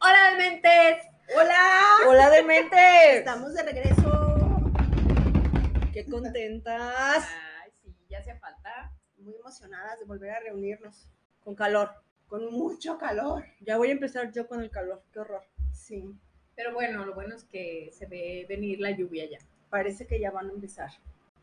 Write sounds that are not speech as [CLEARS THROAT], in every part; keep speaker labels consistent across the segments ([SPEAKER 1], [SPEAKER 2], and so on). [SPEAKER 1] Hola, dementes.
[SPEAKER 2] Hola,
[SPEAKER 1] Hola, dementes.
[SPEAKER 2] estamos de regreso.
[SPEAKER 1] Qué contentas.
[SPEAKER 3] Ay, sí, ya hace falta.
[SPEAKER 2] Muy emocionadas de volver a reunirnos
[SPEAKER 1] Con calor.
[SPEAKER 2] con mucho calor.
[SPEAKER 1] Ya voy a empezar yo con el calor. Qué horror.
[SPEAKER 2] Sí,
[SPEAKER 3] Pero bueno, lo bueno es que se ve venir la lluvia ya.
[SPEAKER 2] parece que ya van a empezar.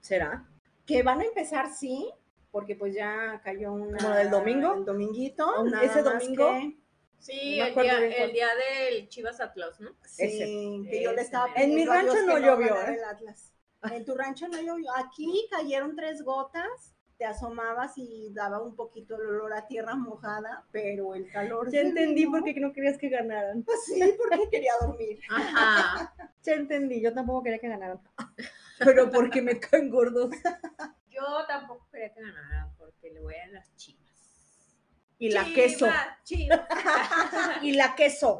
[SPEAKER 1] ¿Será?
[SPEAKER 2] Que van a empezar, sí, porque pues ya cayó una.
[SPEAKER 1] ¿Como del domingo?
[SPEAKER 2] El dominguito.
[SPEAKER 1] Un-
[SPEAKER 2] nada
[SPEAKER 1] ese
[SPEAKER 2] más
[SPEAKER 1] domingo.
[SPEAKER 2] que-
[SPEAKER 3] Sí,
[SPEAKER 1] No me
[SPEAKER 3] el,
[SPEAKER 1] acuerdo
[SPEAKER 3] día,
[SPEAKER 1] bien cuál.
[SPEAKER 3] el día del Chivas Atlas, ¿no?
[SPEAKER 2] Sí,
[SPEAKER 3] Ese.
[SPEAKER 2] que
[SPEAKER 1] este
[SPEAKER 2] yo le estaba
[SPEAKER 3] En
[SPEAKER 2] pidiendo
[SPEAKER 1] mi
[SPEAKER 2] a
[SPEAKER 1] rancho
[SPEAKER 2] Dios
[SPEAKER 1] no
[SPEAKER 2] que
[SPEAKER 1] llovió,
[SPEAKER 2] ganara
[SPEAKER 1] ¿eh?
[SPEAKER 2] el Atlas. En tu rancho no llovió. Aquí cayeron tres gotas, te asomabas y daba un poquito el olor a tierra mojada, pero el calor.
[SPEAKER 1] Ya
[SPEAKER 2] se
[SPEAKER 1] entendí
[SPEAKER 2] vino.
[SPEAKER 1] por qué no querías que ganaran.
[SPEAKER 2] Pues sí, porque quería dormir.
[SPEAKER 3] [LAUGHS] Ajá.
[SPEAKER 1] Ya entendí. Yo tampoco quería que ganaran. [LAUGHS] Pero porque me caen gordos.
[SPEAKER 3] Yo tampoco quería que ganara porque le voy a las Chivas.
[SPEAKER 1] Y la queso.
[SPEAKER 3] [LAUGHS] Chivas.
[SPEAKER 1] Y la queso.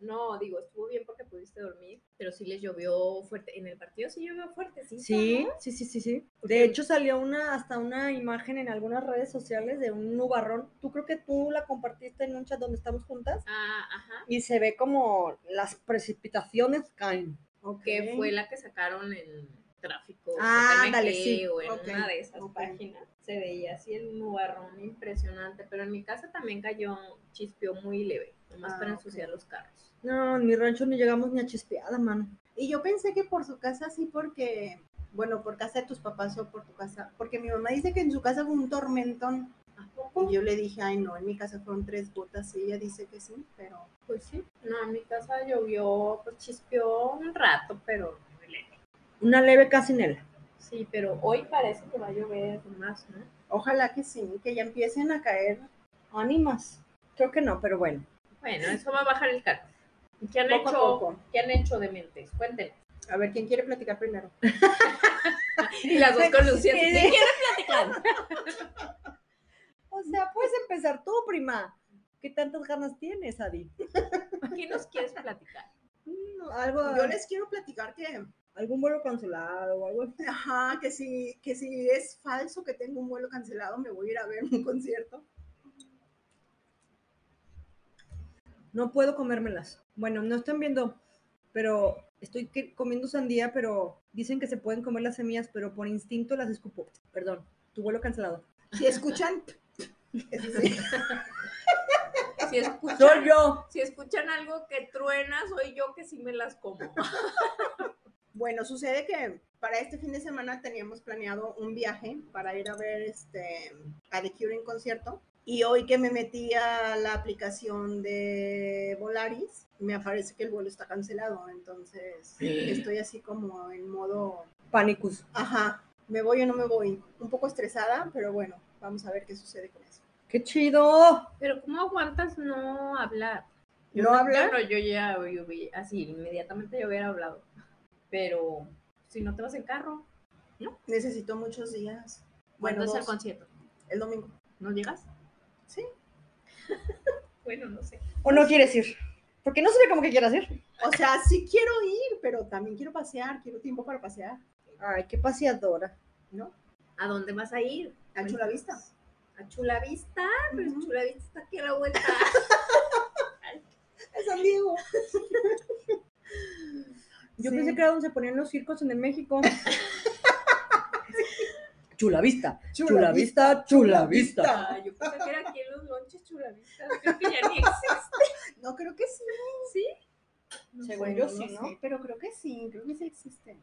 [SPEAKER 3] No, digo, estuvo bien porque pudiste dormir, pero sí les llovió fuerte. En el partido sí llovió fuerte, sí.
[SPEAKER 1] Sí, sí, sí, sí, sí. De hecho salió una hasta una imagen en algunas redes sociales de un nubarrón. Tú creo que tú la compartiste en un chat donde estamos juntas
[SPEAKER 3] Ah, ajá.
[SPEAKER 1] y se ve como las precipitaciones caen.
[SPEAKER 3] Que
[SPEAKER 2] Ok.
[SPEAKER 3] fue la que sacaron en tráfico.
[SPEAKER 1] Ah,
[SPEAKER 3] CTMG,
[SPEAKER 1] ándale, sí.
[SPEAKER 3] O en
[SPEAKER 2] Ok,
[SPEAKER 3] una de esas
[SPEAKER 2] ok.
[SPEAKER 3] páginas. Se veía así el nubarrón impresionante, pero en mi casa también cayó, chispeó muy leve, nomás
[SPEAKER 2] Ah,
[SPEAKER 3] para
[SPEAKER 2] ok.
[SPEAKER 3] ensuciar los carros.
[SPEAKER 1] No, en mi rancho ni llegamos ni a chispeada, mano.
[SPEAKER 2] Y yo pensé que por su casa sí, porque, bueno, por casa de tus papás o por tu casa, porque mi mamá dice que en su casa fue un tormentón.
[SPEAKER 3] ¿A
[SPEAKER 2] Y
[SPEAKER 3] poco?
[SPEAKER 2] yo le dije, ay, no, en mi casa fueron tres gotas y ella dice que sí, pero
[SPEAKER 3] Pues sí. No, en mi casa llovió, pues chispeó un rato, pero muy leve.
[SPEAKER 1] Una leve casinela.
[SPEAKER 3] Sí, pero hoy parece que va a llover más, ¿no?
[SPEAKER 2] ojalá que sí, que ya empiecen a caer.
[SPEAKER 1] Ánimas. Creo que no, pero bueno.
[SPEAKER 3] Bueno, eso va a bajar el carro. ¿Qué han,
[SPEAKER 2] Poco a
[SPEAKER 3] hecho,
[SPEAKER 2] poco.
[SPEAKER 3] ¿Qué han hecho de mentes? Cuéntenos. [LAUGHS]
[SPEAKER 2] A ver, ¿quién quiere platicar primero?
[SPEAKER 3] Y las dos con Lucía.
[SPEAKER 2] [LAUGHS]
[SPEAKER 1] Sí.
[SPEAKER 3] ¿De qué platicar?
[SPEAKER 1] O sea, puedes empezar tú, prima. ¿Qué tantas ganas tienes, Adi?
[SPEAKER 3] ¿Qué nos
[SPEAKER 2] [LAUGHS]
[SPEAKER 3] quieres platicar?
[SPEAKER 1] Mm, Algo,
[SPEAKER 2] Yo les quiero platicar que,
[SPEAKER 1] algún vuelo cancelado o algo así.
[SPEAKER 2] ajá, que si, que si es falso que tengo un vuelo cancelado, me voy a ir a ver un concierto.
[SPEAKER 1] No puedo comérmelas. Bueno, no están viendo, pero estoy que- comiendo sandía, pero dicen que se pueden comer las semillas, pero por instinto las escupo. Perdón, tu vuelo cancelado.
[SPEAKER 2] Si escuchan, es así.
[SPEAKER 3] Si escuchan,
[SPEAKER 1] Soy yo.
[SPEAKER 3] si escuchan algo que truena, soy yo que sí me las como.
[SPEAKER 2] Bueno, sucede que para este fin de semana teníamos planeado un viaje para ir a ver este, a The Cure en concierto. Y hoy que me metí a la aplicación de Volaris, me aparece que el vuelo está cancelado. Entonces estoy así como en modo,
[SPEAKER 1] Panicus.
[SPEAKER 2] ajá, me voy o no me voy. Un poco estresada, pero bueno, vamos a ver qué sucede con eso.
[SPEAKER 1] ¡Qué chido!
[SPEAKER 3] [LAUGHS] Pero ¿cómo aguantas no hablar?
[SPEAKER 2] ¿No
[SPEAKER 3] sé-
[SPEAKER 2] hablar?
[SPEAKER 3] Bueno, yo ya yo vi- así, inmediatamente yo hubiera hablado. Pero si no te vas en carro,
[SPEAKER 2] Necesito muchos días.
[SPEAKER 3] ¿cuándo
[SPEAKER 2] Bueno,
[SPEAKER 3] es el
[SPEAKER 2] dos,
[SPEAKER 3] concierto?
[SPEAKER 2] el domingo.
[SPEAKER 3] ¿No llegas?
[SPEAKER 2] Sí.
[SPEAKER 3] [LAUGHS] bueno, no sé.
[SPEAKER 1] ¿O
[SPEAKER 2] Pues
[SPEAKER 1] no quieres ir? Porque no se ve como que quieras ir.
[SPEAKER 2] O sea, sí quiero ir, pero también quiero pasear, quiero tiempo para pasear,
[SPEAKER 1] Ay, qué paseadora.
[SPEAKER 2] ¿no?
[SPEAKER 3] ¿A dónde vas a ir? Pues,
[SPEAKER 2] A Chula Vista.
[SPEAKER 3] ¿A Chula Vista? Ah, Pero
[SPEAKER 2] Ujú.
[SPEAKER 3] Chula Vista está aquí a la [LAUGHS] vuelta.
[SPEAKER 2] A San Diego.
[SPEAKER 1] Yo
[SPEAKER 2] Sí.
[SPEAKER 1] pensé que era donde se ponían los circos en el México. [LAUGHS] chula vista, chula, vista, chula vista.
[SPEAKER 3] Ah, yo pensé que era aquí en los lonches Chula Vista. Creo que ya ni existe.
[SPEAKER 2] No, creo que sí.
[SPEAKER 3] ¿Sí?
[SPEAKER 1] Según
[SPEAKER 2] Bueno,
[SPEAKER 1] yo sí, ¿no?
[SPEAKER 2] sé, pero creo que sí, creo que sí existen.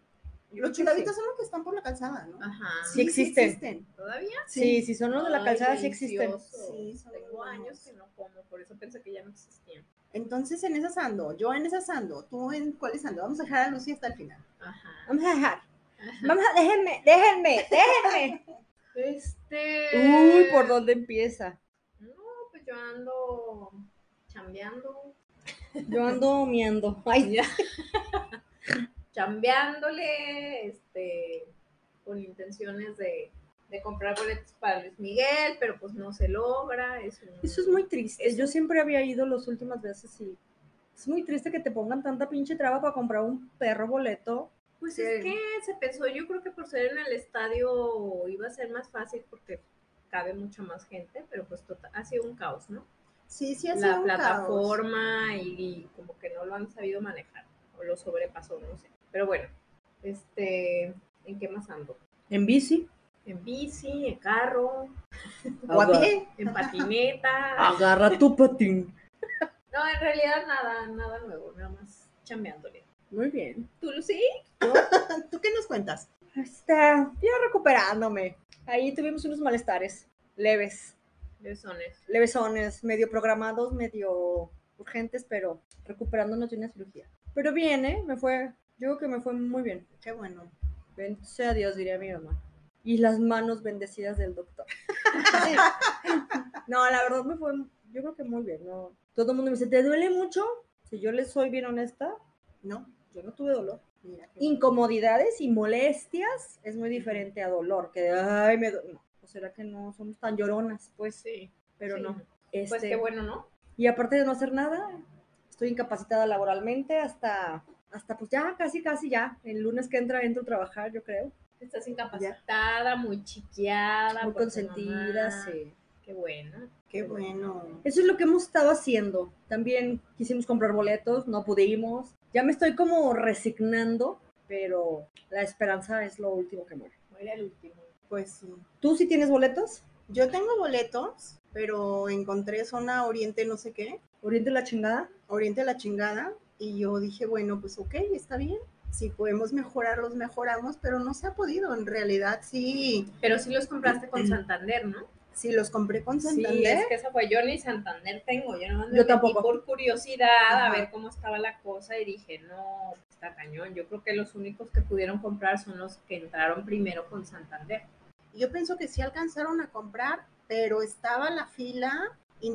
[SPEAKER 2] Los chulavitos son los que están por la calzada, ¿no?
[SPEAKER 3] Ajá.
[SPEAKER 1] Ah, Sí existen.
[SPEAKER 3] ¿Todavía?
[SPEAKER 1] Sí, sí, son los de la
[SPEAKER 3] Ay,
[SPEAKER 1] calzada, sí existen.
[SPEAKER 3] delicioso.
[SPEAKER 2] Sí, son muy
[SPEAKER 3] Tengo
[SPEAKER 2] buenos.
[SPEAKER 3] años que no como, por eso pensé que ya no existían.
[SPEAKER 2] Entonces en esas ando, yo en esas ando, tú en cuáles ando. Vamos a dejar a Lucy hasta el final.
[SPEAKER 3] Ajá.
[SPEAKER 1] Vamos a dejar.
[SPEAKER 3] ajá.
[SPEAKER 1] Vamos a, déjenme, déjenme, déjenme.
[SPEAKER 3] Este.
[SPEAKER 1] Uy, ¿por dónde empieza?
[SPEAKER 3] No, pues yo ando chambeando.
[SPEAKER 1] Yo ando miando. Ay,
[SPEAKER 3] Ya. chambeándole, este, con intenciones de, de comprar boletos para Luis Miguel, pero pues no se logra. Es un-
[SPEAKER 1] eso es muy triste. Yo siempre había ido las últimas veces y es muy triste que te pongan tanta pinche traba para comprar un perro boleto.
[SPEAKER 3] Pues
[SPEAKER 2] Sí.
[SPEAKER 3] es que se pensó, yo creo que por ser en el estadio iba a ser más fácil porque cabe mucha más gente, pero pues tota- ha sido un caos, ¿no?
[SPEAKER 2] Sí, sí, ha sido
[SPEAKER 3] La
[SPEAKER 2] un caos.
[SPEAKER 3] plataforma y, y como que no lo han sabido manejar o lo sobrepasó, no sé. Pero bueno, este, ¿en qué más ando?
[SPEAKER 1] En bici.
[SPEAKER 3] En bici, en carro,
[SPEAKER 2] O a pie. [LAUGHS]
[SPEAKER 3] en patineta.
[SPEAKER 1] Agarra tu patín.
[SPEAKER 3] No, en realidad nada, nada nuevo, nada más chambeándole.
[SPEAKER 1] Muy bien.
[SPEAKER 3] ¿Tú, Lucy?
[SPEAKER 2] ¿Tú qué nos cuentas?
[SPEAKER 1] Está ya recuperándome. Ahí tuvimos unos malestares leves,
[SPEAKER 3] Besones.
[SPEAKER 1] levesones, medio programados, medio urgentes, pero recuperándonos de una cirugía. Pero bien, ¿eh? Me fue, yo creo que me fue muy bien.
[SPEAKER 2] Qué bueno.
[SPEAKER 1] Bendito sea Dios, diría mi mamá. Y las manos bendecidas del doctor. [LAUGHS] Sí. No, la verdad me fue, yo creo que muy bien. No. Todo el mundo me dice, ¿te duele mucho? Si yo les soy bien honesta,
[SPEAKER 2] ¿No?
[SPEAKER 1] yo no tuve dolor.
[SPEAKER 2] Mira. qué bueno.
[SPEAKER 1] Incomodidades y molestias es muy diferente a dolor, que ay, me duele. O será que no somos tan lloronas, pues,
[SPEAKER 3] Sí.
[SPEAKER 1] pero
[SPEAKER 3] sí.
[SPEAKER 1] no.
[SPEAKER 3] Pues
[SPEAKER 1] Este,
[SPEAKER 3] qué bueno, ¿no?
[SPEAKER 1] Y aparte de no hacer nada, estoy incapacitada laboralmente hasta, hasta pues ya, casi, casi ya. El lunes que entra, entro a trabajar, yo creo.
[SPEAKER 3] Estás incapacitada, muy chiqueada. por
[SPEAKER 1] muy
[SPEAKER 3] tu
[SPEAKER 1] consentida,
[SPEAKER 3] Ah, pues, mamá.
[SPEAKER 1] sí.
[SPEAKER 3] Qué bueno.
[SPEAKER 2] Qué bueno.
[SPEAKER 1] Eso es lo que hemos estado haciendo. También quisimos comprar boletos, no pudimos. Ya me estoy como resignando, pero la esperanza es lo último que muere.
[SPEAKER 3] Era el último.
[SPEAKER 2] Pues sí.
[SPEAKER 1] ¿Tú sí tienes boletos?
[SPEAKER 2] Yo tengo boletos, pero encontré zona oriente no sé qué,
[SPEAKER 1] Oriente la chingada.
[SPEAKER 2] oriente la chingada, y yo dije, bueno, pues ok, está bien. Si podemos mejorarlos, mejoramos, pero no se ha podido. En realidad sí,
[SPEAKER 3] Pero sí los
[SPEAKER 2] [CLEARS THROAT]
[SPEAKER 3] compraste con Santander, ¿no?
[SPEAKER 2] sí los compré con
[SPEAKER 3] Sí,
[SPEAKER 2] Santander.
[SPEAKER 3] es que esa fue yo ni Santander tengo. Yo nomás me
[SPEAKER 1] Yo
[SPEAKER 3] metí
[SPEAKER 1] tampoco.
[SPEAKER 3] por curiosidad a
[SPEAKER 2] Ajá.
[SPEAKER 3] ver cómo estaba la cosa y dije, no, está cañón. Yo creo que los únicos que pudieron comprar son los que entraron primero con Santander.
[SPEAKER 2] Yo pienso que sí alcanzaron a comprar, pero estaba la fila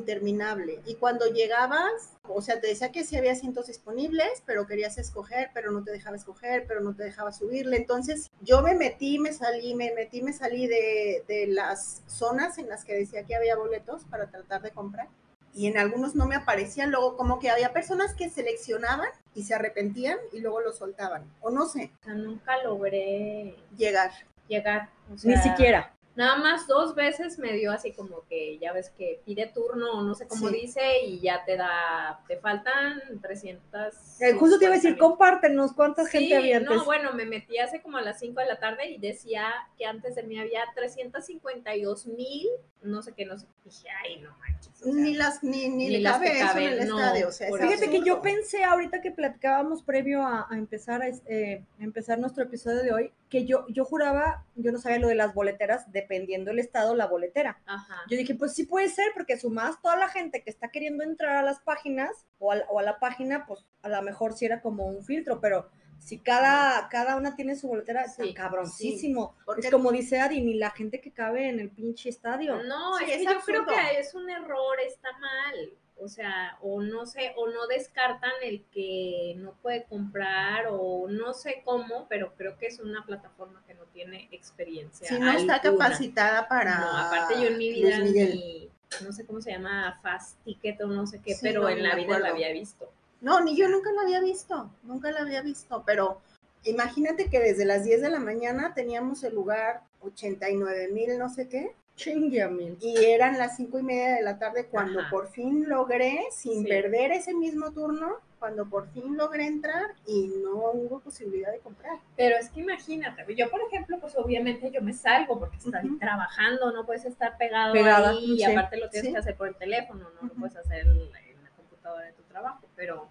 [SPEAKER 2] interminable. Y cuando llegabas, o sea, te decía que sí había asientos disponibles, pero querías escoger, pero no te dejaba escoger, pero no te dejaba subirle. Entonces yo me metí, me salí, me metí, me salí de, de las zonas en las que decía que había boletos para tratar de comprar. Y en algunos no me aparecían, luego como que había personas que seleccionaban y se arrepentían y luego lo soltaban. O no sé,
[SPEAKER 3] O sea, nunca logré
[SPEAKER 2] llegar.
[SPEAKER 3] llegar. o
[SPEAKER 1] Ni
[SPEAKER 3] sea,
[SPEAKER 1] siquiera.
[SPEAKER 3] Nada más dos veces me dio así como que ya ves que pide turno o no sé cómo
[SPEAKER 2] Sí.
[SPEAKER 3] dice y ya te da, te faltan 300.
[SPEAKER 1] Eh, justo te iba a decir, compártenos cuánta
[SPEAKER 3] Sí,
[SPEAKER 1] gente había antes.
[SPEAKER 3] No, bueno, me metí hace como a las 5 de la tarde y decía que antes de mí había 352 mil, no sé qué, no sé. Dije, ay, no manches. o sea,
[SPEAKER 2] ni las ni, ni,
[SPEAKER 3] ni
[SPEAKER 2] le
[SPEAKER 3] las
[SPEAKER 2] cabe
[SPEAKER 3] que
[SPEAKER 2] eso
[SPEAKER 3] caben,
[SPEAKER 2] en el
[SPEAKER 3] no,
[SPEAKER 2] estadio. O sea, es
[SPEAKER 3] por eso.
[SPEAKER 1] Fíjate que yo
[SPEAKER 2] absurdo.
[SPEAKER 1] pensé ahorita que platicábamos previo a, a empezar a, es- eh, a empezar nuestro episodio de hoy que yo yo juraba yo no sabía lo de las boleteras dependiendo el estado la boletera.
[SPEAKER 3] Ajá.
[SPEAKER 1] Yo dije pues sí puede ser porque sumás toda la gente que está queriendo entrar a las páginas o al- o a, la página pues a lo mejor sí era como un filtro pero si cada cada una tiene su boletera está
[SPEAKER 3] Sí,
[SPEAKER 1] cabroncísimo
[SPEAKER 2] Porque-
[SPEAKER 1] es como dice Adi ni la gente que cabe en el pinche estadio.
[SPEAKER 3] No,
[SPEAKER 2] Sí,
[SPEAKER 3] es que
[SPEAKER 2] es
[SPEAKER 3] yo creo
[SPEAKER 2] absurdo.
[SPEAKER 3] que es un error, está mal. O sea, o no sé, o no descartan el que no puede comprar, o no sé cómo, pero creo que es una plataforma que no tiene experiencia.
[SPEAKER 2] si no está
[SPEAKER 3] alguna.
[SPEAKER 2] capacitada para.
[SPEAKER 3] No, aparte yo en mi
[SPEAKER 2] Luis
[SPEAKER 3] vida
[SPEAKER 2] Miguel.
[SPEAKER 3] ni, no sé cómo se llama, fast ticket o no sé qué,
[SPEAKER 2] Sí,
[SPEAKER 3] pero
[SPEAKER 2] no,
[SPEAKER 3] en
[SPEAKER 2] ni
[SPEAKER 3] la
[SPEAKER 2] me
[SPEAKER 3] vida la
[SPEAKER 2] acuerdo.
[SPEAKER 3] había visto.
[SPEAKER 2] No, ni yo nunca la había visto. Nunca la había visto. Pero imagínate que desde las 10 de la mañana teníamos el lugar 89 mil, no sé qué.
[SPEAKER 1] Chingue a mí.
[SPEAKER 2] Y eran las 5 y media de la tarde cuando
[SPEAKER 3] Ajá.
[SPEAKER 2] por fin logré, sin
[SPEAKER 3] Sí.
[SPEAKER 2] perder ese mismo turno, cuando por fin logré entrar y no hubo posibilidad de comprar.
[SPEAKER 3] Pero es que imagínate, yo por ejemplo, pues obviamente yo me salgo porque estoy
[SPEAKER 2] Ujú.
[SPEAKER 3] trabajando, no puedes estar pegado
[SPEAKER 1] Pegada,
[SPEAKER 3] ahí y
[SPEAKER 1] sí.
[SPEAKER 3] aparte lo tienes
[SPEAKER 2] Sí.
[SPEAKER 3] que hacer por el teléfono, no lo
[SPEAKER 2] Ujú.
[SPEAKER 3] puedes hacer en la en la computadora de tu trabajo. Pero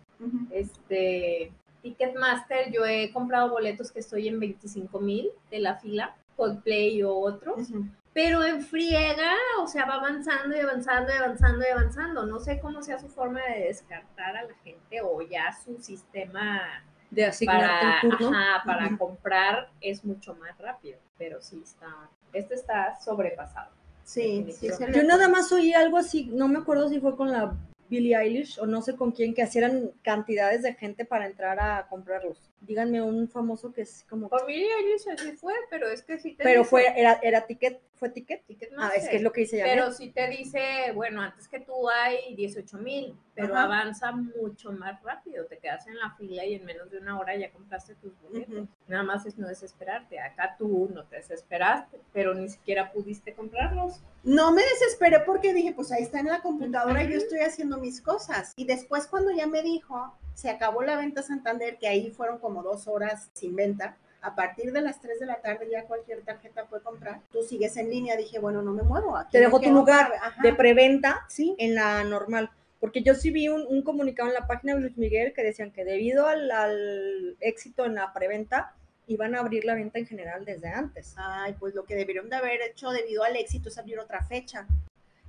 [SPEAKER 3] este Ticketmaster, yo he comprado boletos que estoy en 25 mil de la fila, Coldplay o otros.
[SPEAKER 2] Ujú.
[SPEAKER 3] pero en friega, o sea, va avanzando y avanzando y avanzando y avanzando. No sé cómo sea su forma de descartar a la gente o ya su sistema
[SPEAKER 1] de
[SPEAKER 3] para,
[SPEAKER 1] asignar tu turno.
[SPEAKER 3] ajá, para
[SPEAKER 1] Ujú.
[SPEAKER 3] comprar es mucho más rápido, pero sí está, este está sobrepasado.
[SPEAKER 2] Sí, sí, se le-
[SPEAKER 1] Yo nada más oí algo así, no me acuerdo si fue con la Billie Eilish o no sé con quién, que hacían cantidades de gente para entrar a comprarlos. Díganme un famoso que es como...
[SPEAKER 3] Con Billie Eilish así fue, pero es que sí te
[SPEAKER 1] Pero
[SPEAKER 3] dice-
[SPEAKER 1] fue, era, era ticket, fue ticket. ah,
[SPEAKER 3] Ticketmaster,
[SPEAKER 1] es que es lo que dice
[SPEAKER 3] Pero
[SPEAKER 1] ya.
[SPEAKER 3] sí te dice, bueno, antes que tú hay 18 mil, pero
[SPEAKER 2] Ajá.
[SPEAKER 3] avanza mucho más rápido. Te quedas en la fila y en menos de una hora ya compraste tus boletos.
[SPEAKER 2] Ujú.
[SPEAKER 3] Nada más es no desesperarte. Acá tú no te desesperaste, pero ni siquiera pudiste comprarlos.
[SPEAKER 2] No me desesperé porque dije, pues ahí está en la computadora y yo
[SPEAKER 3] Ujú.
[SPEAKER 2] estoy haciendo mis cosas. Y después cuando ya me dijo, se acabó la venta Santander, que ahí fueron como dos horas sin venta. A partir de las 3 de la tarde ya cualquier tarjeta puede comprar. Tú sigues en línea, dije, bueno, no me muevo. aquí
[SPEAKER 1] Te
[SPEAKER 2] me
[SPEAKER 1] dejo tu
[SPEAKER 2] quedo
[SPEAKER 1] lugar
[SPEAKER 2] otra vez. Ajá.
[SPEAKER 1] De preventa
[SPEAKER 2] Sí,
[SPEAKER 1] en la normal. Porque yo sí vi un, un comunicado en la página de Luis Miguel que decían que debido al, al éxito en la preventa, iban a abrir la venta en general desde antes.
[SPEAKER 2] Ay, pues lo que debieron de haber hecho debido al éxito es abrir otra fecha.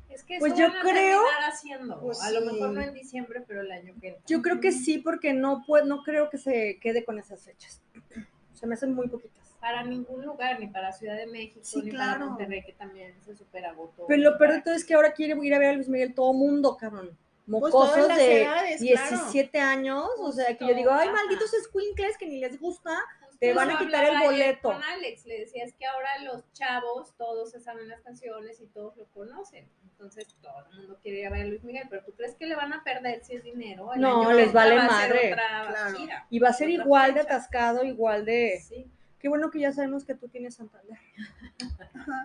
[SPEAKER 3] Es que
[SPEAKER 1] Pues
[SPEAKER 3] eso
[SPEAKER 1] yo
[SPEAKER 3] van a
[SPEAKER 1] creo-
[SPEAKER 3] terminar haciendo.
[SPEAKER 2] Pues
[SPEAKER 3] a lo
[SPEAKER 2] sí.
[SPEAKER 3] mejor no en diciembre, pero el año que entra.
[SPEAKER 1] Yo creo que sí, porque no, pue- no creo que se quede con esas fechas. Se me hacen muy poquitas.
[SPEAKER 3] Para ningún lugar, ni para Ciudad de México,
[SPEAKER 2] Sí,
[SPEAKER 3] ni para
[SPEAKER 2] claro.
[SPEAKER 3] Monterrey, que también se superagotó.
[SPEAKER 1] Pero lo peor de todo es que ahora quiere ir a ver a Luis Miguel todo mundo, cabrón.
[SPEAKER 2] Pues
[SPEAKER 1] Mocosos
[SPEAKER 2] todas las
[SPEAKER 1] de
[SPEAKER 2] edades, claro.
[SPEAKER 1] 17 años, o sea, que yo
[SPEAKER 3] Justo,
[SPEAKER 1] digo, ay,
[SPEAKER 3] ajá.
[SPEAKER 1] malditos squinkles que ni les gusta.
[SPEAKER 3] Justo
[SPEAKER 1] Te van a
[SPEAKER 3] eso
[SPEAKER 1] quitar el
[SPEAKER 3] hablaba ayer
[SPEAKER 1] boleto.
[SPEAKER 3] Con Alex le decía, es que ahora los chavos todos se saben las canciones y todos lo conocen. Entonces todo el mundo quiere ir a ver a Luis Miguel, pero ¿tú crees que le van a perder si es dinero? El
[SPEAKER 1] No,
[SPEAKER 3] año
[SPEAKER 1] les
[SPEAKER 3] que
[SPEAKER 1] vale
[SPEAKER 3] entra va a ser
[SPEAKER 1] madre.
[SPEAKER 3] otra
[SPEAKER 2] Claro.
[SPEAKER 3] gira.
[SPEAKER 1] Y va a ser
[SPEAKER 3] Otra
[SPEAKER 1] igual de
[SPEAKER 3] fecha.
[SPEAKER 1] atascado, igual de...
[SPEAKER 3] Sí.
[SPEAKER 1] Qué bueno que ya sabemos que tú tienes Santander.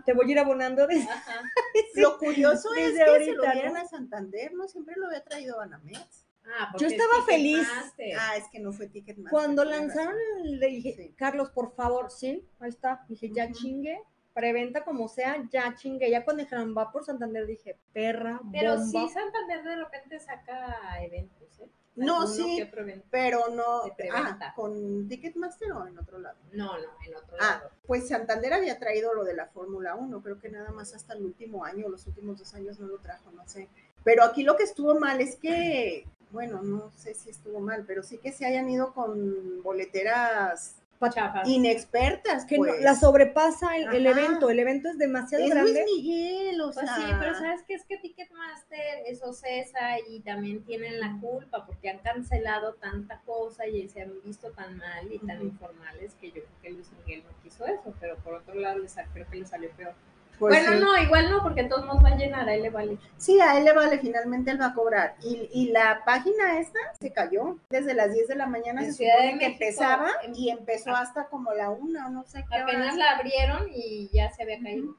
[SPEAKER 1] Te voy a ir abonando de...
[SPEAKER 3] Ajá.
[SPEAKER 1] [LAUGHS]
[SPEAKER 2] Lo curioso es
[SPEAKER 1] Desde
[SPEAKER 2] que se
[SPEAKER 1] ahorita,
[SPEAKER 2] lo dieran
[SPEAKER 1] ¿no?
[SPEAKER 2] a Santander, no siempre lo había traído Banamex.
[SPEAKER 3] Ah,
[SPEAKER 1] Yo
[SPEAKER 3] porque
[SPEAKER 1] estaba
[SPEAKER 3] es
[SPEAKER 1] feliz.
[SPEAKER 3] Ticketmaster.
[SPEAKER 2] Ah, es que no fue Ticketmaster.
[SPEAKER 1] Cuando
[SPEAKER 2] tienes
[SPEAKER 1] lanzaron,
[SPEAKER 2] razón.
[SPEAKER 1] el- le dije,
[SPEAKER 2] Sí.
[SPEAKER 1] Carlos, por favor, sí, ahí está. Dije, ya
[SPEAKER 2] Ujú.
[SPEAKER 1] chingue, preventa como sea, ya chingue. Ya cuando dijeron, va por Santander, dije, perra,
[SPEAKER 3] Pero
[SPEAKER 1] bomba.
[SPEAKER 3] sí, Santander de repente saca eventos, ¿eh?
[SPEAKER 2] No,
[SPEAKER 3] Alguno
[SPEAKER 2] sí,
[SPEAKER 3] que otro evento.
[SPEAKER 2] pero no.
[SPEAKER 3] De preventa.
[SPEAKER 2] Ah, con Ticketmaster o en otro lado.
[SPEAKER 3] No, no, en otro
[SPEAKER 2] Ah.
[SPEAKER 3] lado.
[SPEAKER 2] Pues Santander había traído lo de la Fórmula 1, creo que nada más hasta el último año, los últimos dos años no lo trajo, no sé. Pero aquí lo que estuvo mal es que, bueno, no sé si estuvo mal, pero sí que se hayan ido con boleteras
[SPEAKER 3] Chafas.
[SPEAKER 2] inexpertas.
[SPEAKER 1] que no-
[SPEAKER 2] pues.
[SPEAKER 1] la sobrepasa el, el
[SPEAKER 2] Ajá.
[SPEAKER 1] evento. El evento es demasiado
[SPEAKER 2] es Luis
[SPEAKER 1] grande.
[SPEAKER 2] Miguel, o
[SPEAKER 3] Pues
[SPEAKER 2] sea.
[SPEAKER 3] sí, pero ¿sabes qué? Es que Ticketmaster, eso cesa y también tienen la culpa porque han cancelado tanta cosa y se han visto tan mal y tan
[SPEAKER 2] Ujú.
[SPEAKER 3] informales que yo creo que Luis Miguel no quiso eso, pero por otro lado le sa- creo que le salió peor.
[SPEAKER 2] pues
[SPEAKER 3] bueno,
[SPEAKER 2] sí.
[SPEAKER 3] no, igual no, porque de todos modos va a llenar, a él le vale.
[SPEAKER 2] Sí, a él le vale, finalmente él va a cobrar. Y, y la página esta se cayó desde las 10 de la mañana,
[SPEAKER 3] En
[SPEAKER 2] se
[SPEAKER 3] Ciudad de
[SPEAKER 2] supone que
[SPEAKER 3] México,
[SPEAKER 2] empezaba
[SPEAKER 3] en-
[SPEAKER 2] y empezó hasta como la una, no sé qué
[SPEAKER 3] Apenas
[SPEAKER 2] horas.
[SPEAKER 3] la abrieron y ya se había caído.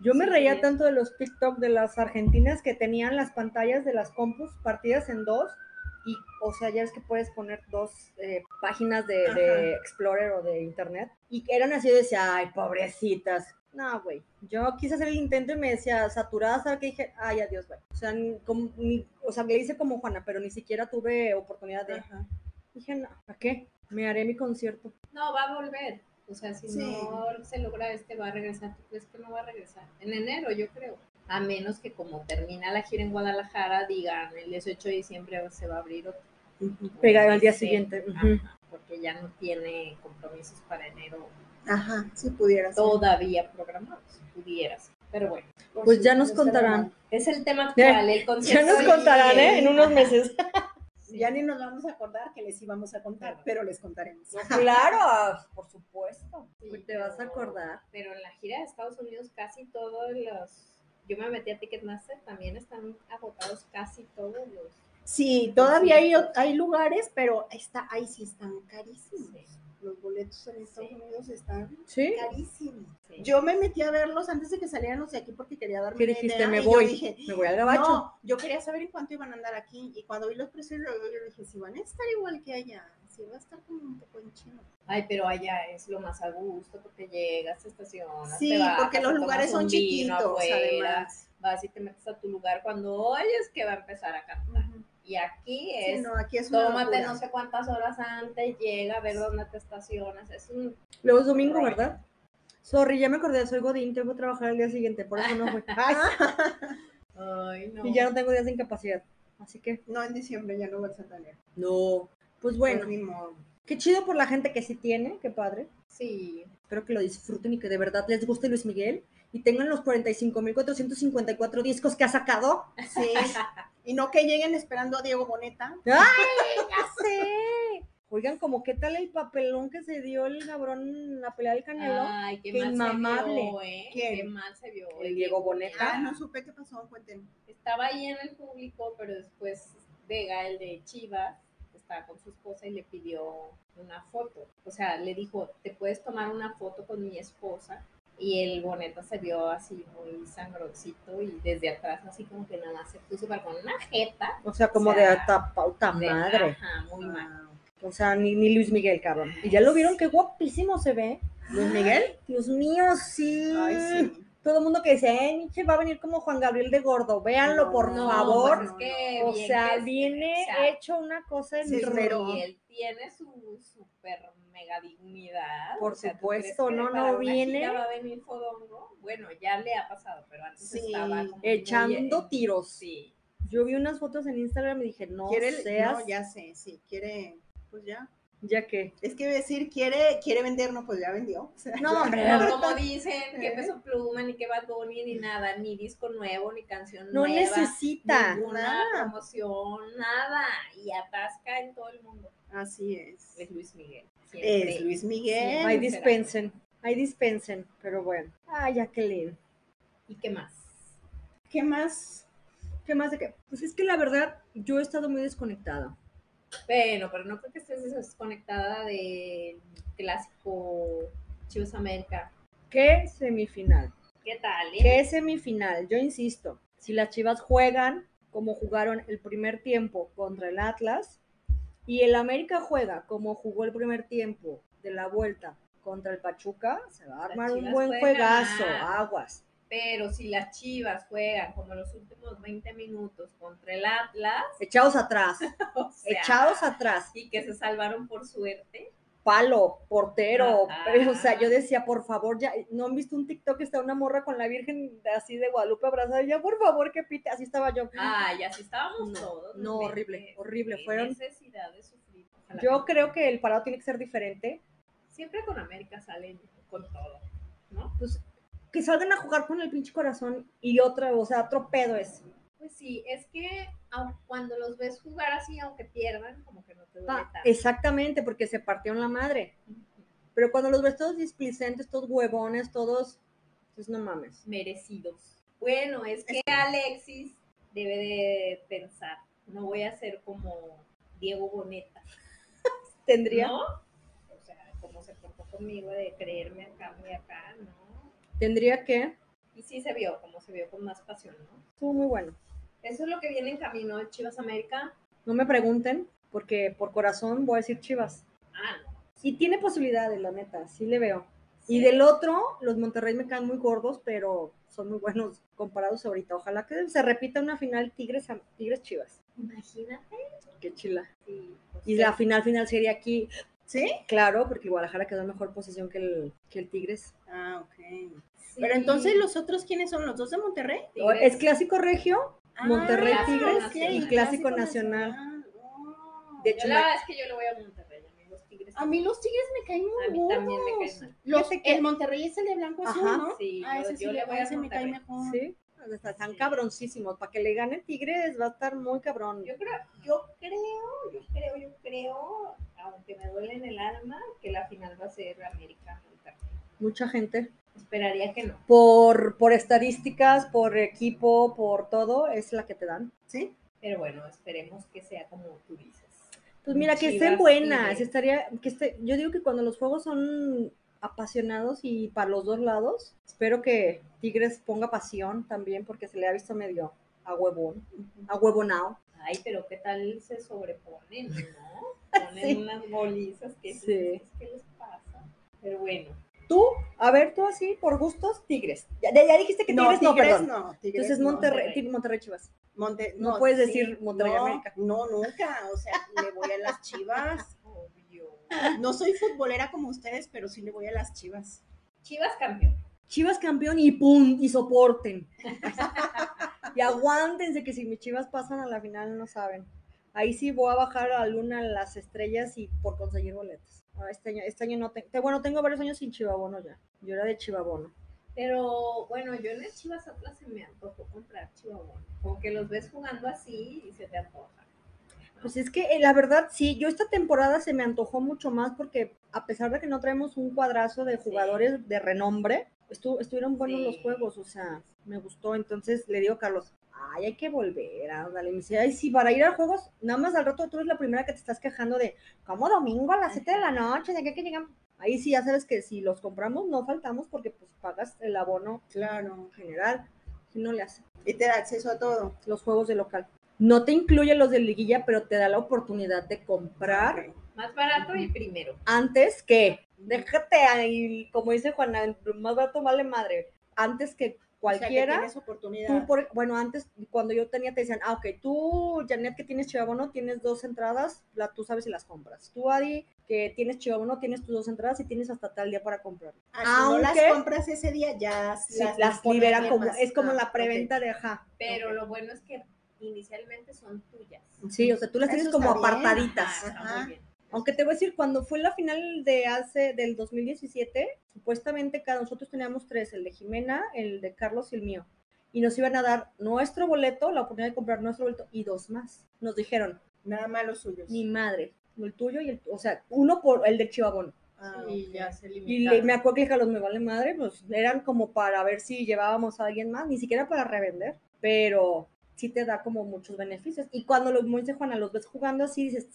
[SPEAKER 1] Yo me
[SPEAKER 3] Sí,
[SPEAKER 1] reía
[SPEAKER 3] bien.
[SPEAKER 1] tanto de los TikTok de las argentinas que tenían las pantallas de las compus partidas en dos. Y, o sea, ya es que puedes poner dos eh, páginas de, de Explorer o de Internet. Y eran así, yo decía, ay, pobrecitas. No, güey. Yo quise hacer el intento y me decía, saturada, ¿sabes qué? Dije, ay, adiós, güey. O sea, ni- como- ni- o sea, le hice como Juana, pero ni siquiera tuve oportunidad
[SPEAKER 3] Ah.
[SPEAKER 1] de...
[SPEAKER 2] Ajá.
[SPEAKER 1] Dije, no, ¿a qué? Me haré mi concierto.
[SPEAKER 3] No, va a volver. O sea, si
[SPEAKER 2] Sí.
[SPEAKER 3] no se logra este, va a regresar. ¿Tú crees que no va a regresar? En enero, yo creo. A menos que como termina la gira en Guadalajara, digan el 18 de diciembre se va a abrir otro.
[SPEAKER 2] Ujú.
[SPEAKER 1] Pegado al día
[SPEAKER 3] Este,
[SPEAKER 1] siguiente,
[SPEAKER 3] ajá,
[SPEAKER 1] ujú.
[SPEAKER 3] Porque ya no tiene compromisos para enero
[SPEAKER 2] Ajá, si pudieras.
[SPEAKER 3] todavía programados. Pudieras. Pero bueno,
[SPEAKER 1] Pues ya nos contarán.
[SPEAKER 3] es el tema actual. El
[SPEAKER 1] Ya
[SPEAKER 3] concierto
[SPEAKER 1] nos
[SPEAKER 3] de
[SPEAKER 1] contarán,
[SPEAKER 3] Miguel.
[SPEAKER 1] ¿eh? En unos
[SPEAKER 3] Ajá,
[SPEAKER 1] meses.
[SPEAKER 3] sí.
[SPEAKER 2] Ya ni nos vamos a acordar que les íbamos a contar, pero les contaremos.
[SPEAKER 1] Claro, ah, por supuesto.
[SPEAKER 3] Sí,
[SPEAKER 1] te vas a
[SPEAKER 3] pero-
[SPEAKER 1] acordar.
[SPEAKER 3] Pero en la gira de Estados Unidos casi todos los... Yo me metí a Ticketmaster, también están agotados casi todos los...
[SPEAKER 2] Sí, todavía hay, o- hay lugares, pero está, ahí sí están carísimos.
[SPEAKER 3] Sí,
[SPEAKER 2] Los boletos en Estados
[SPEAKER 3] Sí.
[SPEAKER 2] Unidos están
[SPEAKER 1] Sí.
[SPEAKER 2] carísimos.
[SPEAKER 3] sí.
[SPEAKER 2] Yo me metí a verlos antes de que salieran de aquí porque quería darme
[SPEAKER 1] ¿Qué
[SPEAKER 2] una
[SPEAKER 1] dijiste?
[SPEAKER 2] idea,
[SPEAKER 1] Me
[SPEAKER 2] y yo
[SPEAKER 1] voy.
[SPEAKER 2] dije,
[SPEAKER 1] Me voy al gabacho.
[SPEAKER 2] No, yo quería saber en cuánto iban a andar aquí y cuando vi los precios yo yo dije, si van a estar igual que allá, si va a estar como un poco en chino.
[SPEAKER 3] Ay, pero allá es lo más a gusto porque llegas, estacionas,
[SPEAKER 2] Sí,
[SPEAKER 3] te bajas,
[SPEAKER 2] porque los
[SPEAKER 3] te tomas
[SPEAKER 2] lugares son
[SPEAKER 3] un vino
[SPEAKER 2] chiquitos,
[SPEAKER 3] afuera,
[SPEAKER 2] además.
[SPEAKER 3] Vas y te metes a tu lugar cuando oyes que va a empezar a cantar.
[SPEAKER 2] Ujú.
[SPEAKER 3] Y aquí
[SPEAKER 2] Sí,
[SPEAKER 3] es...
[SPEAKER 2] no, aquí es una
[SPEAKER 3] Tómate
[SPEAKER 2] locura.
[SPEAKER 3] no sé cuántas horas antes, llega a ver dónde te estacionas. Es un
[SPEAKER 1] Luego es domingo,
[SPEAKER 3] Right.
[SPEAKER 1] ¿verdad? Sorry, ya me acordé, soy Godín, tengo que trabajar el día siguiente, por eso no [LAUGHS] fue.
[SPEAKER 2] Ah,
[SPEAKER 3] Ay, no.
[SPEAKER 1] Y ya no tengo días de incapacidad. Así que,
[SPEAKER 2] No, en diciembre ya no vas a tener.
[SPEAKER 1] no. Pues bueno,
[SPEAKER 2] Pues ni modo.
[SPEAKER 1] qué chido por la gente que sí tiene, qué padre.
[SPEAKER 3] Sí.
[SPEAKER 1] Espero que lo disfruten y que de verdad les guste Luis Miguel y tengan los 45.454 discos que ha sacado.
[SPEAKER 2] Sí. Y no que lleguen esperando a Diego Boneta.
[SPEAKER 1] Ya sé. Oigan, como qué tal el papelón que se dio el cabrón en la pelea del Canelo.
[SPEAKER 3] Ay, qué,
[SPEAKER 1] Qué
[SPEAKER 3] mal
[SPEAKER 1] inmamable.
[SPEAKER 3] se vio, ¿eh?
[SPEAKER 2] ¿Quién?
[SPEAKER 3] Qué mal se vio.
[SPEAKER 1] El Diego Boneta.
[SPEAKER 2] Ah, no supe qué pasó, cuenten.
[SPEAKER 3] Estaba ahí en el público, pero después Vega, el de Chivas, estaba con su esposa y le pidió una foto. O sea, le dijo, ¿te puedes tomar una foto con mi esposa? Y el Boneta se vio así muy sangroncito y desde atrás así como que nada más se puso para con una jeta.
[SPEAKER 1] O sea, como
[SPEAKER 3] O sea,
[SPEAKER 1] de hasta pauta
[SPEAKER 3] de-
[SPEAKER 1] madre. Ah.
[SPEAKER 3] Ajá, muy mal.
[SPEAKER 1] O sea, ni, ni Luis Miguel, cabrón. Y ya lo vieron, qué guapísimo se ve.
[SPEAKER 2] ¿Luis Miguel?
[SPEAKER 1] Dios mío, sí.
[SPEAKER 2] Ay, sí.
[SPEAKER 1] Todo el mundo que dice, eh, Nietzsche va a venir como Juan Gabriel de Gordo. Véanlo,
[SPEAKER 2] No,
[SPEAKER 1] por
[SPEAKER 2] no,
[SPEAKER 1] favor.
[SPEAKER 3] pues es que
[SPEAKER 1] o
[SPEAKER 3] bien
[SPEAKER 1] sea,
[SPEAKER 3] que-
[SPEAKER 1] viene
[SPEAKER 3] o sea,
[SPEAKER 1] hecho una
[SPEAKER 2] se
[SPEAKER 1] cosa en
[SPEAKER 2] esmeró.
[SPEAKER 3] Y él tiene su super mega dignidad.
[SPEAKER 1] Por
[SPEAKER 3] o sea, ¿tú
[SPEAKER 1] supuesto,
[SPEAKER 3] crees que
[SPEAKER 1] no,
[SPEAKER 3] para
[SPEAKER 1] no
[SPEAKER 3] una
[SPEAKER 1] viene-
[SPEAKER 3] gira va a venir Fodongo. Bueno, ya le ha pasado, pero antes
[SPEAKER 2] Sí,
[SPEAKER 3] estaba como
[SPEAKER 1] echando
[SPEAKER 3] muy-
[SPEAKER 1] tiros.
[SPEAKER 3] Sí.
[SPEAKER 1] Yo vi unas fotos en Instagram y dije, no
[SPEAKER 2] Quiere,
[SPEAKER 1] seas,
[SPEAKER 2] no,
[SPEAKER 1] ya.
[SPEAKER 2] ya sé, sí, quiere, pues ya. [LAUGHS]
[SPEAKER 1] que.
[SPEAKER 2] Es que decir quiere, quiere vendernos, pues ya vendió. [LAUGHS] O sea,
[SPEAKER 1] No, hombre,
[SPEAKER 3] Pero
[SPEAKER 1] [LAUGHS]
[SPEAKER 3] como dicen, que
[SPEAKER 2] ¿Eh?
[SPEAKER 3] Peso Pluma, ni que Bad Bunny, ni nada, ni disco nuevo, ni canción
[SPEAKER 1] no
[SPEAKER 3] nueva.
[SPEAKER 1] necesita.
[SPEAKER 3] Ninguna
[SPEAKER 2] Nada.
[SPEAKER 3] promoción, nada. Y atasca en todo el mundo.
[SPEAKER 2] Así es.
[SPEAKER 3] Es Luis Miguel. siempre.
[SPEAKER 2] Es Luis Miguel.
[SPEAKER 3] Este, no
[SPEAKER 1] Ahí
[SPEAKER 3] será.
[SPEAKER 1] dispensen, ahí dispensen, pero bueno. Ay, Jacqueline.
[SPEAKER 3] ¿Y qué más?
[SPEAKER 2] ¿Qué más?
[SPEAKER 1] ¿Qué más de qué? Pues es que la verdad, yo he estado muy desconectada.
[SPEAKER 3] Bueno, pero no creo que estés desconectada del clásico Chivas América.
[SPEAKER 1] ¿Qué semifinal?
[SPEAKER 3] ¿Qué tal? eh?
[SPEAKER 1] ¿Qué semifinal? Yo insisto, si las Chivas juegan como jugaron el primer tiempo contra el Atlas y el América juega como jugó el primer tiempo de la vuelta contra el Pachuca, se va a
[SPEAKER 3] Las
[SPEAKER 1] armar un
[SPEAKER 3] Chivas
[SPEAKER 1] buen
[SPEAKER 3] pueden
[SPEAKER 1] juegazo,
[SPEAKER 3] ganar.
[SPEAKER 1] aguas.
[SPEAKER 3] Pero si las Chivas juegan como los últimos 20 minutos contra el Atlas,
[SPEAKER 1] Echados atrás,
[SPEAKER 3] [LAUGHS] o sea,
[SPEAKER 1] echados atrás.
[SPEAKER 3] y que se salvaron por suerte,
[SPEAKER 1] palo, portero,
[SPEAKER 3] Ajá.
[SPEAKER 1] pero, o sea, yo decía, por favor, ya, ¿no han visto un TikTok que está una morra con la Virgen de- así de Guadalupe abrazada? Ya, por favor, que pite, así estaba yo.
[SPEAKER 3] ay, así estábamos
[SPEAKER 1] No,
[SPEAKER 3] todos.
[SPEAKER 1] no,
[SPEAKER 3] Qué-
[SPEAKER 1] horrible,
[SPEAKER 3] qué-
[SPEAKER 1] horrible,
[SPEAKER 3] qué
[SPEAKER 1] fueron-
[SPEAKER 3] necesidad de sufrir. Ojalá
[SPEAKER 1] Yo
[SPEAKER 3] no.
[SPEAKER 1] creo que el parado tiene que ser diferente,
[SPEAKER 3] Siempre con América salen con todo, ¿no?
[SPEAKER 1] pues que salgan a jugar con el pinche corazón y otra, o sea, otro pedo es.
[SPEAKER 3] Pues sí, es que au- cuando los ves jugar así, aunque pierdan, como que no te duele
[SPEAKER 1] Ta-
[SPEAKER 3] tanto.
[SPEAKER 1] Exactamente, porque se partieron la madre. Pero cuando los ves todos displicentes, todos huevones, todos, pues no mames.
[SPEAKER 3] merecidos. Bueno, es que Alexis debe de pensar, no voy a ser como Diego Boneta, [LAUGHS]
[SPEAKER 1] Tendría,
[SPEAKER 3] ¿no? O sea, como se portó conmigo de creerme acá, muy acá, ¿no?
[SPEAKER 1] tendría que,
[SPEAKER 3] Y sí se vio, como se vio con más pasión, ¿no?
[SPEAKER 1] estuvo muy bueno.
[SPEAKER 3] Eso es lo que viene en camino de Chivas América.
[SPEAKER 1] No me pregunten, porque por corazón voy a decir chivas.
[SPEAKER 3] Ah, no.
[SPEAKER 1] Y tiene posibilidades, la neta, sí le veo.
[SPEAKER 3] Sí.
[SPEAKER 1] Y del otro, los Monterrey me caen muy gordos, pero son muy buenos comparados ahorita. Ojalá que se repita una final Tigres, Am- Tigres Chivas.
[SPEAKER 3] Imagínate.
[SPEAKER 1] Qué chila.
[SPEAKER 3] Sí, pues,
[SPEAKER 1] Y
[SPEAKER 3] sí.
[SPEAKER 1] la final final sería aquí,
[SPEAKER 2] ¿Sí?
[SPEAKER 1] claro, porque el Guadalajara quedó en mejor posición que el, que el Tigres.
[SPEAKER 2] Ah, ok.
[SPEAKER 3] Sí.
[SPEAKER 2] Pero entonces, ¿los otros quiénes son? ¿Los dos de Monterrey?
[SPEAKER 1] O-
[SPEAKER 3] Tigres.
[SPEAKER 1] Es clásico regio, Monterrey
[SPEAKER 3] Ah,
[SPEAKER 1] Tigres
[SPEAKER 3] Clásico
[SPEAKER 1] y
[SPEAKER 3] Nacional.
[SPEAKER 1] clásico nacional.
[SPEAKER 2] Ah,
[SPEAKER 1] De
[SPEAKER 3] Yo
[SPEAKER 1] hecho,
[SPEAKER 3] la
[SPEAKER 1] me-
[SPEAKER 3] verdad es que yo le voy a Monterrey, a mí los Tigres.
[SPEAKER 2] A mí los tigres me caen muy
[SPEAKER 3] A mí también me
[SPEAKER 2] gordos.
[SPEAKER 3] caen mal.
[SPEAKER 2] Los-
[SPEAKER 1] Fíjate que-
[SPEAKER 2] el Monterrey es el de blanco azul,
[SPEAKER 1] Ajá.
[SPEAKER 2] ¿no?
[SPEAKER 3] Sí,
[SPEAKER 2] Ah,
[SPEAKER 3] yo,
[SPEAKER 2] ese sí
[SPEAKER 3] yo
[SPEAKER 2] le-
[SPEAKER 3] le voy a
[SPEAKER 2] ese me cae
[SPEAKER 3] Monterrey.
[SPEAKER 2] mejor.
[SPEAKER 1] Sí, o sea, están
[SPEAKER 3] Ah. Sí.
[SPEAKER 1] cabroncísimos. Para que le gane Tigres va a estar muy cabrón.
[SPEAKER 3] Yo creo, yo creo, yo creo, yo creo, aunque me duele en el alma, que la final va a ser América Monterrey.
[SPEAKER 1] Mucha gente.
[SPEAKER 3] Esperaría que no.
[SPEAKER 1] por, por estadísticas, por equipo, por todo, es la que te dan.
[SPEAKER 2] ¿Sí?
[SPEAKER 3] Pero bueno, esperemos que sea como tú dices.
[SPEAKER 1] Pues mira, que
[SPEAKER 3] Chivas
[SPEAKER 1] estén
[SPEAKER 3] y
[SPEAKER 1] buenas,
[SPEAKER 3] de-
[SPEAKER 1] estaría, que esté, yo digo que cuando los juegos son apasionados y para los dos lados, espero que Tigres ponga pasión también porque se le ha visto medio a huevón, a huevonao.
[SPEAKER 3] Ay, pero qué tal se sobreponen, ¿no? Ponen
[SPEAKER 1] Sí.
[SPEAKER 3] unas golizas que
[SPEAKER 1] Sí.
[SPEAKER 3] sí. ¿qué les pasa? Pero bueno,
[SPEAKER 1] Tú, a ver, tú así, por gustos, Tigres. Ya, ya- ya dijiste que
[SPEAKER 2] No,
[SPEAKER 1] Tigres no,
[SPEAKER 2] tigres
[SPEAKER 1] perdón.
[SPEAKER 2] no, tigres
[SPEAKER 1] Entonces
[SPEAKER 2] no.
[SPEAKER 1] Monterrey,
[SPEAKER 3] Monterrey.
[SPEAKER 1] Tig- Monterrey Chivas.
[SPEAKER 2] Monte-
[SPEAKER 1] No puedes
[SPEAKER 2] sí,
[SPEAKER 1] decir Monterrey
[SPEAKER 2] no,
[SPEAKER 1] América.
[SPEAKER 2] No, nunca. O sea, le voy a las chivas.
[SPEAKER 3] obvio.
[SPEAKER 2] No soy futbolera como ustedes, pero sí le voy a las chivas.
[SPEAKER 3] Chivas campeón.
[SPEAKER 1] Chivas campeón y pum, y soporten. y aguántense que si mis chivas pasan a la final no saben. Ahí sí voy a bajar a la luna, a las estrellas y por conseguir boletas. Ahora este año, este año no tengo, bueno, tengo varios años sin chivabono ya. Yo era de chivabono.
[SPEAKER 3] Pero bueno, yo en el Chivas Atlas se me antojó comprar chivabono. Como que los ves jugando así y se te antoja.
[SPEAKER 1] Pues es que eh, la verdad sí, yo esta temporada se me antojó mucho más porque a pesar de que no traemos un cuadrazo de jugadores de renombre, estu- estuvieron buenos
[SPEAKER 3] Sí.
[SPEAKER 1] los juegos, o sea, me gustó. Entonces le digo a Carlos, ay, hay que volver, ándale. Me dice, ay, sí, para ir a juegos, nada más al rato tú eres la primera que te estás quejando de, ¿cómo domingo a las 7 de la noche? ¿De qué que llegamos? Ahí sí, ya sabes que si los compramos no faltamos porque pues pagas el abono
[SPEAKER 2] Claro.
[SPEAKER 1] general, si no le hace
[SPEAKER 2] Y te da acceso a todo.
[SPEAKER 1] los juegos de local. No te incluye los de liguilla, pero te da la oportunidad de comprar
[SPEAKER 3] Más barato y primero.
[SPEAKER 1] antes que, déjate ahí, como dice Juana, más barato vale madre, antes que
[SPEAKER 2] O sea, que
[SPEAKER 1] cualquiera.
[SPEAKER 2] tienes oportunidad.
[SPEAKER 1] Tú por- bueno, antes, cuando yo tenía, te decían, ah, ok, tú, Janet, que tienes chivabono, tienes dos entradas, la, tú sabes si las compras. Tú, Adi, que tienes chivabono, tienes tus dos entradas y tienes hasta tal día para comprar.
[SPEAKER 2] Ah, si no
[SPEAKER 1] aunque-
[SPEAKER 2] las compras ese día, ya
[SPEAKER 1] Sí, las
[SPEAKER 2] ponen
[SPEAKER 1] liberan
[SPEAKER 2] bien
[SPEAKER 1] como,
[SPEAKER 2] más.
[SPEAKER 1] es como
[SPEAKER 2] Ah,
[SPEAKER 1] la preventa de, ajá.
[SPEAKER 3] Pero lo bueno es que inicialmente son tuyas.
[SPEAKER 2] ok.
[SPEAKER 1] Sí, o sea, tú las
[SPEAKER 2] Eso
[SPEAKER 1] tienes
[SPEAKER 2] está
[SPEAKER 1] como
[SPEAKER 2] bien.
[SPEAKER 1] apartaditas.
[SPEAKER 3] Ajá, está
[SPEAKER 2] Ajá.
[SPEAKER 3] muy bien.
[SPEAKER 1] Aunque te voy a decir, cuando fue la final de hace del 2017, supuestamente cada nosotros teníamos tres, el de Jimena, el de Carlos y el mío. Y nos iban a dar nuestro boleto, la oportunidad de comprar nuestro boleto y dos más. Nos dijeron,
[SPEAKER 2] Nada más los suyos.
[SPEAKER 1] mi madre, el tuyo y el, o sea, uno por el de Chivabono.
[SPEAKER 2] Ah,
[SPEAKER 3] Y
[SPEAKER 2] ok.
[SPEAKER 3] ya se
[SPEAKER 1] Y
[SPEAKER 3] limitaron.
[SPEAKER 1] le- me acuerdo que dije a los me vale madre, pues eran como para ver si llevábamos a alguien más, ni siquiera para revender, pero sí te da como muchos beneficios. Y cuando lo como dice Juana, los ves jugando así, dices,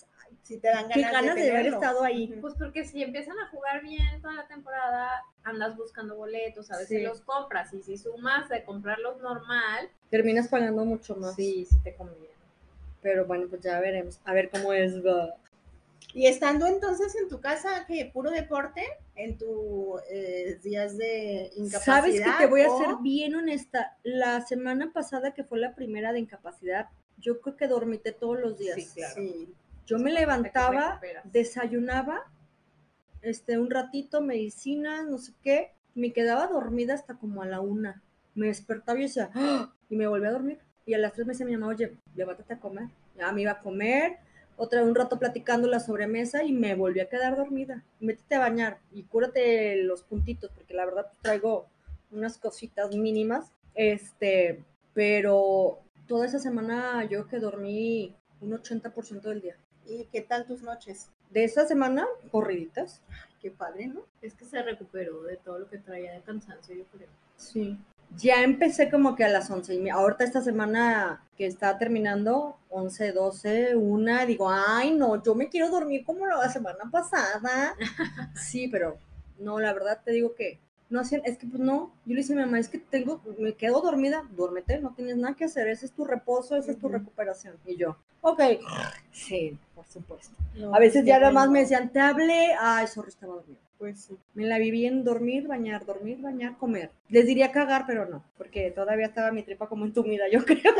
[SPEAKER 2] Si te dan ganas,
[SPEAKER 1] qué ganas de, haber
[SPEAKER 2] tenerlo.
[SPEAKER 1] estado ahí.
[SPEAKER 3] Pues porque si empiezan a jugar bien toda la temporada, andas buscando boletos, a veces
[SPEAKER 1] Sí.
[SPEAKER 3] los compras y si sumas de comprarlos normal,
[SPEAKER 1] Terminas pagando mucho más.
[SPEAKER 3] sí, sí te conviene.
[SPEAKER 1] Pero bueno, pues ya veremos. A ver cómo es. va.
[SPEAKER 2] Y estando entonces en tu casa, que puro deporte, en tus días de incapacidad.
[SPEAKER 1] Sabes que te voy a
[SPEAKER 2] o-
[SPEAKER 1] ser bien honesta. La semana pasada, que fue la primera de incapacidad, yo creo que dormité todos los días.
[SPEAKER 3] Sí, claro.
[SPEAKER 2] Sí.
[SPEAKER 1] Yo me levantaba,
[SPEAKER 3] recuperas.
[SPEAKER 1] desayunaba, este, un ratito, medicina, no sé qué. Me quedaba dormida hasta como a la una. Me despertaba y decía, ¡Ah! y me volví a dormir. Y a las tres me decía mi mamá, oye, levántate a comer. Ya me iba a comer, otra un rato platicando la sobremesa y me volví a quedar dormida. Métete a bañar y cúrate los puntitos, porque la verdad pues, traigo unas cositas mínimas. Este, pero toda esa semana yo que dormí un 80% del día.
[SPEAKER 2] ¿Y qué tal tus noches?
[SPEAKER 1] De esa semana, corriditas.
[SPEAKER 2] Qué padre, ¿no?
[SPEAKER 3] Es que se recuperó de todo lo que traía de cansancio, yo creo.
[SPEAKER 1] Sí. Ya empecé como que a las 11 y me- ahorita esta semana que está terminando, 11, 12, 1, digo, ay no, yo me quiero dormir como la semana [LAUGHS] pasada. Sí, pero no, la verdad te digo que no hacían, es que pues no, yo le dije a mi mamá, es que tengo, me quedo dormida, duérmete, no tienes nada que hacer, ese es tu reposo, esa es tu
[SPEAKER 2] Ujú.
[SPEAKER 1] recuperación. Y yo, ok, sí, por supuesto.
[SPEAKER 2] No,
[SPEAKER 1] A veces
[SPEAKER 2] qué
[SPEAKER 1] ya nada más
[SPEAKER 2] bueno.
[SPEAKER 1] me decían, te hablé, ay, sorry, estaba dormida.
[SPEAKER 2] Pues sí.
[SPEAKER 1] Me la viví en dormir, bañar, dormir, bañar, comer. Les diría cagar, pero no, porque todavía estaba mi tripa como entumida, yo [LAUGHS] creo.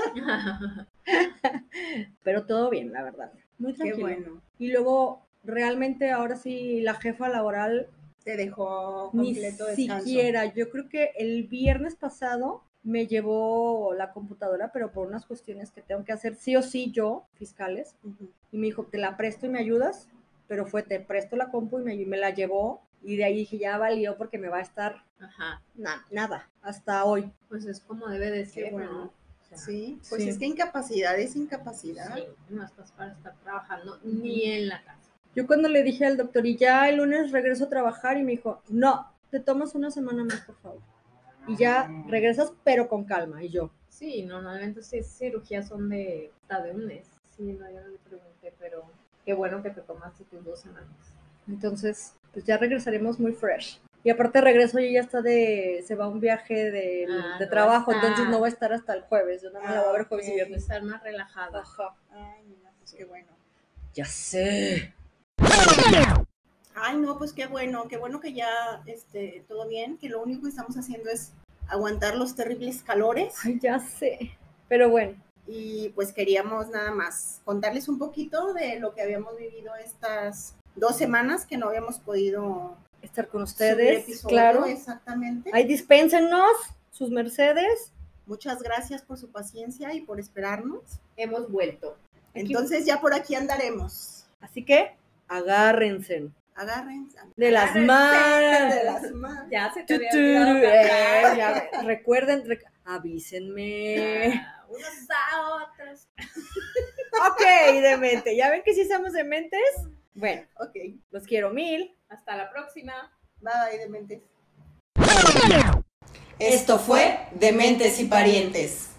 [SPEAKER 1] Pero todo bien, la verdad. Muy
[SPEAKER 2] Qué
[SPEAKER 1] tranquilo.
[SPEAKER 2] bueno.
[SPEAKER 1] Y luego, realmente ahora sí, la jefa laboral
[SPEAKER 2] Te dejó
[SPEAKER 1] ni
[SPEAKER 2] completo descanso.
[SPEAKER 1] siquiera. Yo creo que el viernes pasado me llevó la computadora, pero por unas cuestiones que tengo que hacer sí o sí yo, fiscales.
[SPEAKER 2] Ujú.
[SPEAKER 1] Y me dijo, te la presto y me ayudas, pero fue, te presto la compu y me, me la llevó. Y de ahí dije, ya valió porque me va a estar
[SPEAKER 3] Ajá.
[SPEAKER 1] na- nada, hasta hoy.
[SPEAKER 3] Pues es como debe de ser,
[SPEAKER 2] bueno.
[SPEAKER 3] ¿no? O sea,
[SPEAKER 2] Sí, pues
[SPEAKER 1] Sí.
[SPEAKER 2] es que incapacidad es incapacidad.
[SPEAKER 3] sí, no estás para estar trabajando ni en la casa.
[SPEAKER 1] Yo cuando le dije al doctor, y ya el lunes regreso a trabajar, y me dijo, no, te tomas una semana más, por favor. Y ya regresas, pero con calma. Y yo,
[SPEAKER 3] Sí, normalmente sí, cirugías son de hasta de un mes. Sí, no, yo no le pregunté, pero qué bueno que te tomaste tus dos semanas.
[SPEAKER 1] entonces, pues ya regresaremos muy fresh. Y aparte regreso y ya está de, se va a un viaje de,
[SPEAKER 3] Ah,
[SPEAKER 1] de
[SPEAKER 3] no
[SPEAKER 1] trabajo,
[SPEAKER 3] va a estar.
[SPEAKER 1] entonces no va a estar hasta el jueves. Yo nada más
[SPEAKER 2] Ah,
[SPEAKER 1] la voy a ver jueves y
[SPEAKER 2] ok.
[SPEAKER 1] viernes.
[SPEAKER 3] Estar más relajada.
[SPEAKER 1] Ajá.
[SPEAKER 2] Ay, mira, pues qué bueno.
[SPEAKER 1] Ya sé.
[SPEAKER 2] Ay, no, pues qué bueno, qué bueno que ya este, todo bien, que lo único que estamos haciendo es aguantar los terribles calores.
[SPEAKER 1] Ay, ya sé. Pero bueno,
[SPEAKER 2] Y pues queríamos nada más contarles un poquito de lo que habíamos vivido estas dos semanas que no habíamos podido
[SPEAKER 1] estar con
[SPEAKER 2] Subir
[SPEAKER 1] ustedes.
[SPEAKER 2] episodio,
[SPEAKER 1] claro.
[SPEAKER 2] Exactamente.
[SPEAKER 1] Ahí dispénsenos sus mercedes.
[SPEAKER 2] Muchas gracias por su paciencia y por esperarnos.
[SPEAKER 3] Hemos vuelto.
[SPEAKER 1] Aquí-
[SPEAKER 2] Entonces ya por aquí andaremos.
[SPEAKER 1] Así que agárrense [LAUGHS]
[SPEAKER 2] Agárrense
[SPEAKER 1] de las manos.
[SPEAKER 2] de las manos.
[SPEAKER 3] Ya se te
[SPEAKER 1] Tu,
[SPEAKER 3] había
[SPEAKER 1] tu,
[SPEAKER 3] olvidado
[SPEAKER 1] eh,
[SPEAKER 3] cantar.
[SPEAKER 1] ya, recuerden, rec- avísenme.
[SPEAKER 3] Ah, Unos a otros.
[SPEAKER 1] ok, demente. ¿Ya ven que sí estamos dementes? Bueno,
[SPEAKER 2] Ok,
[SPEAKER 1] los quiero mil.
[SPEAKER 3] Hasta la próxima.
[SPEAKER 2] bye, dementes.
[SPEAKER 4] Esto fue Dementes y Parientes.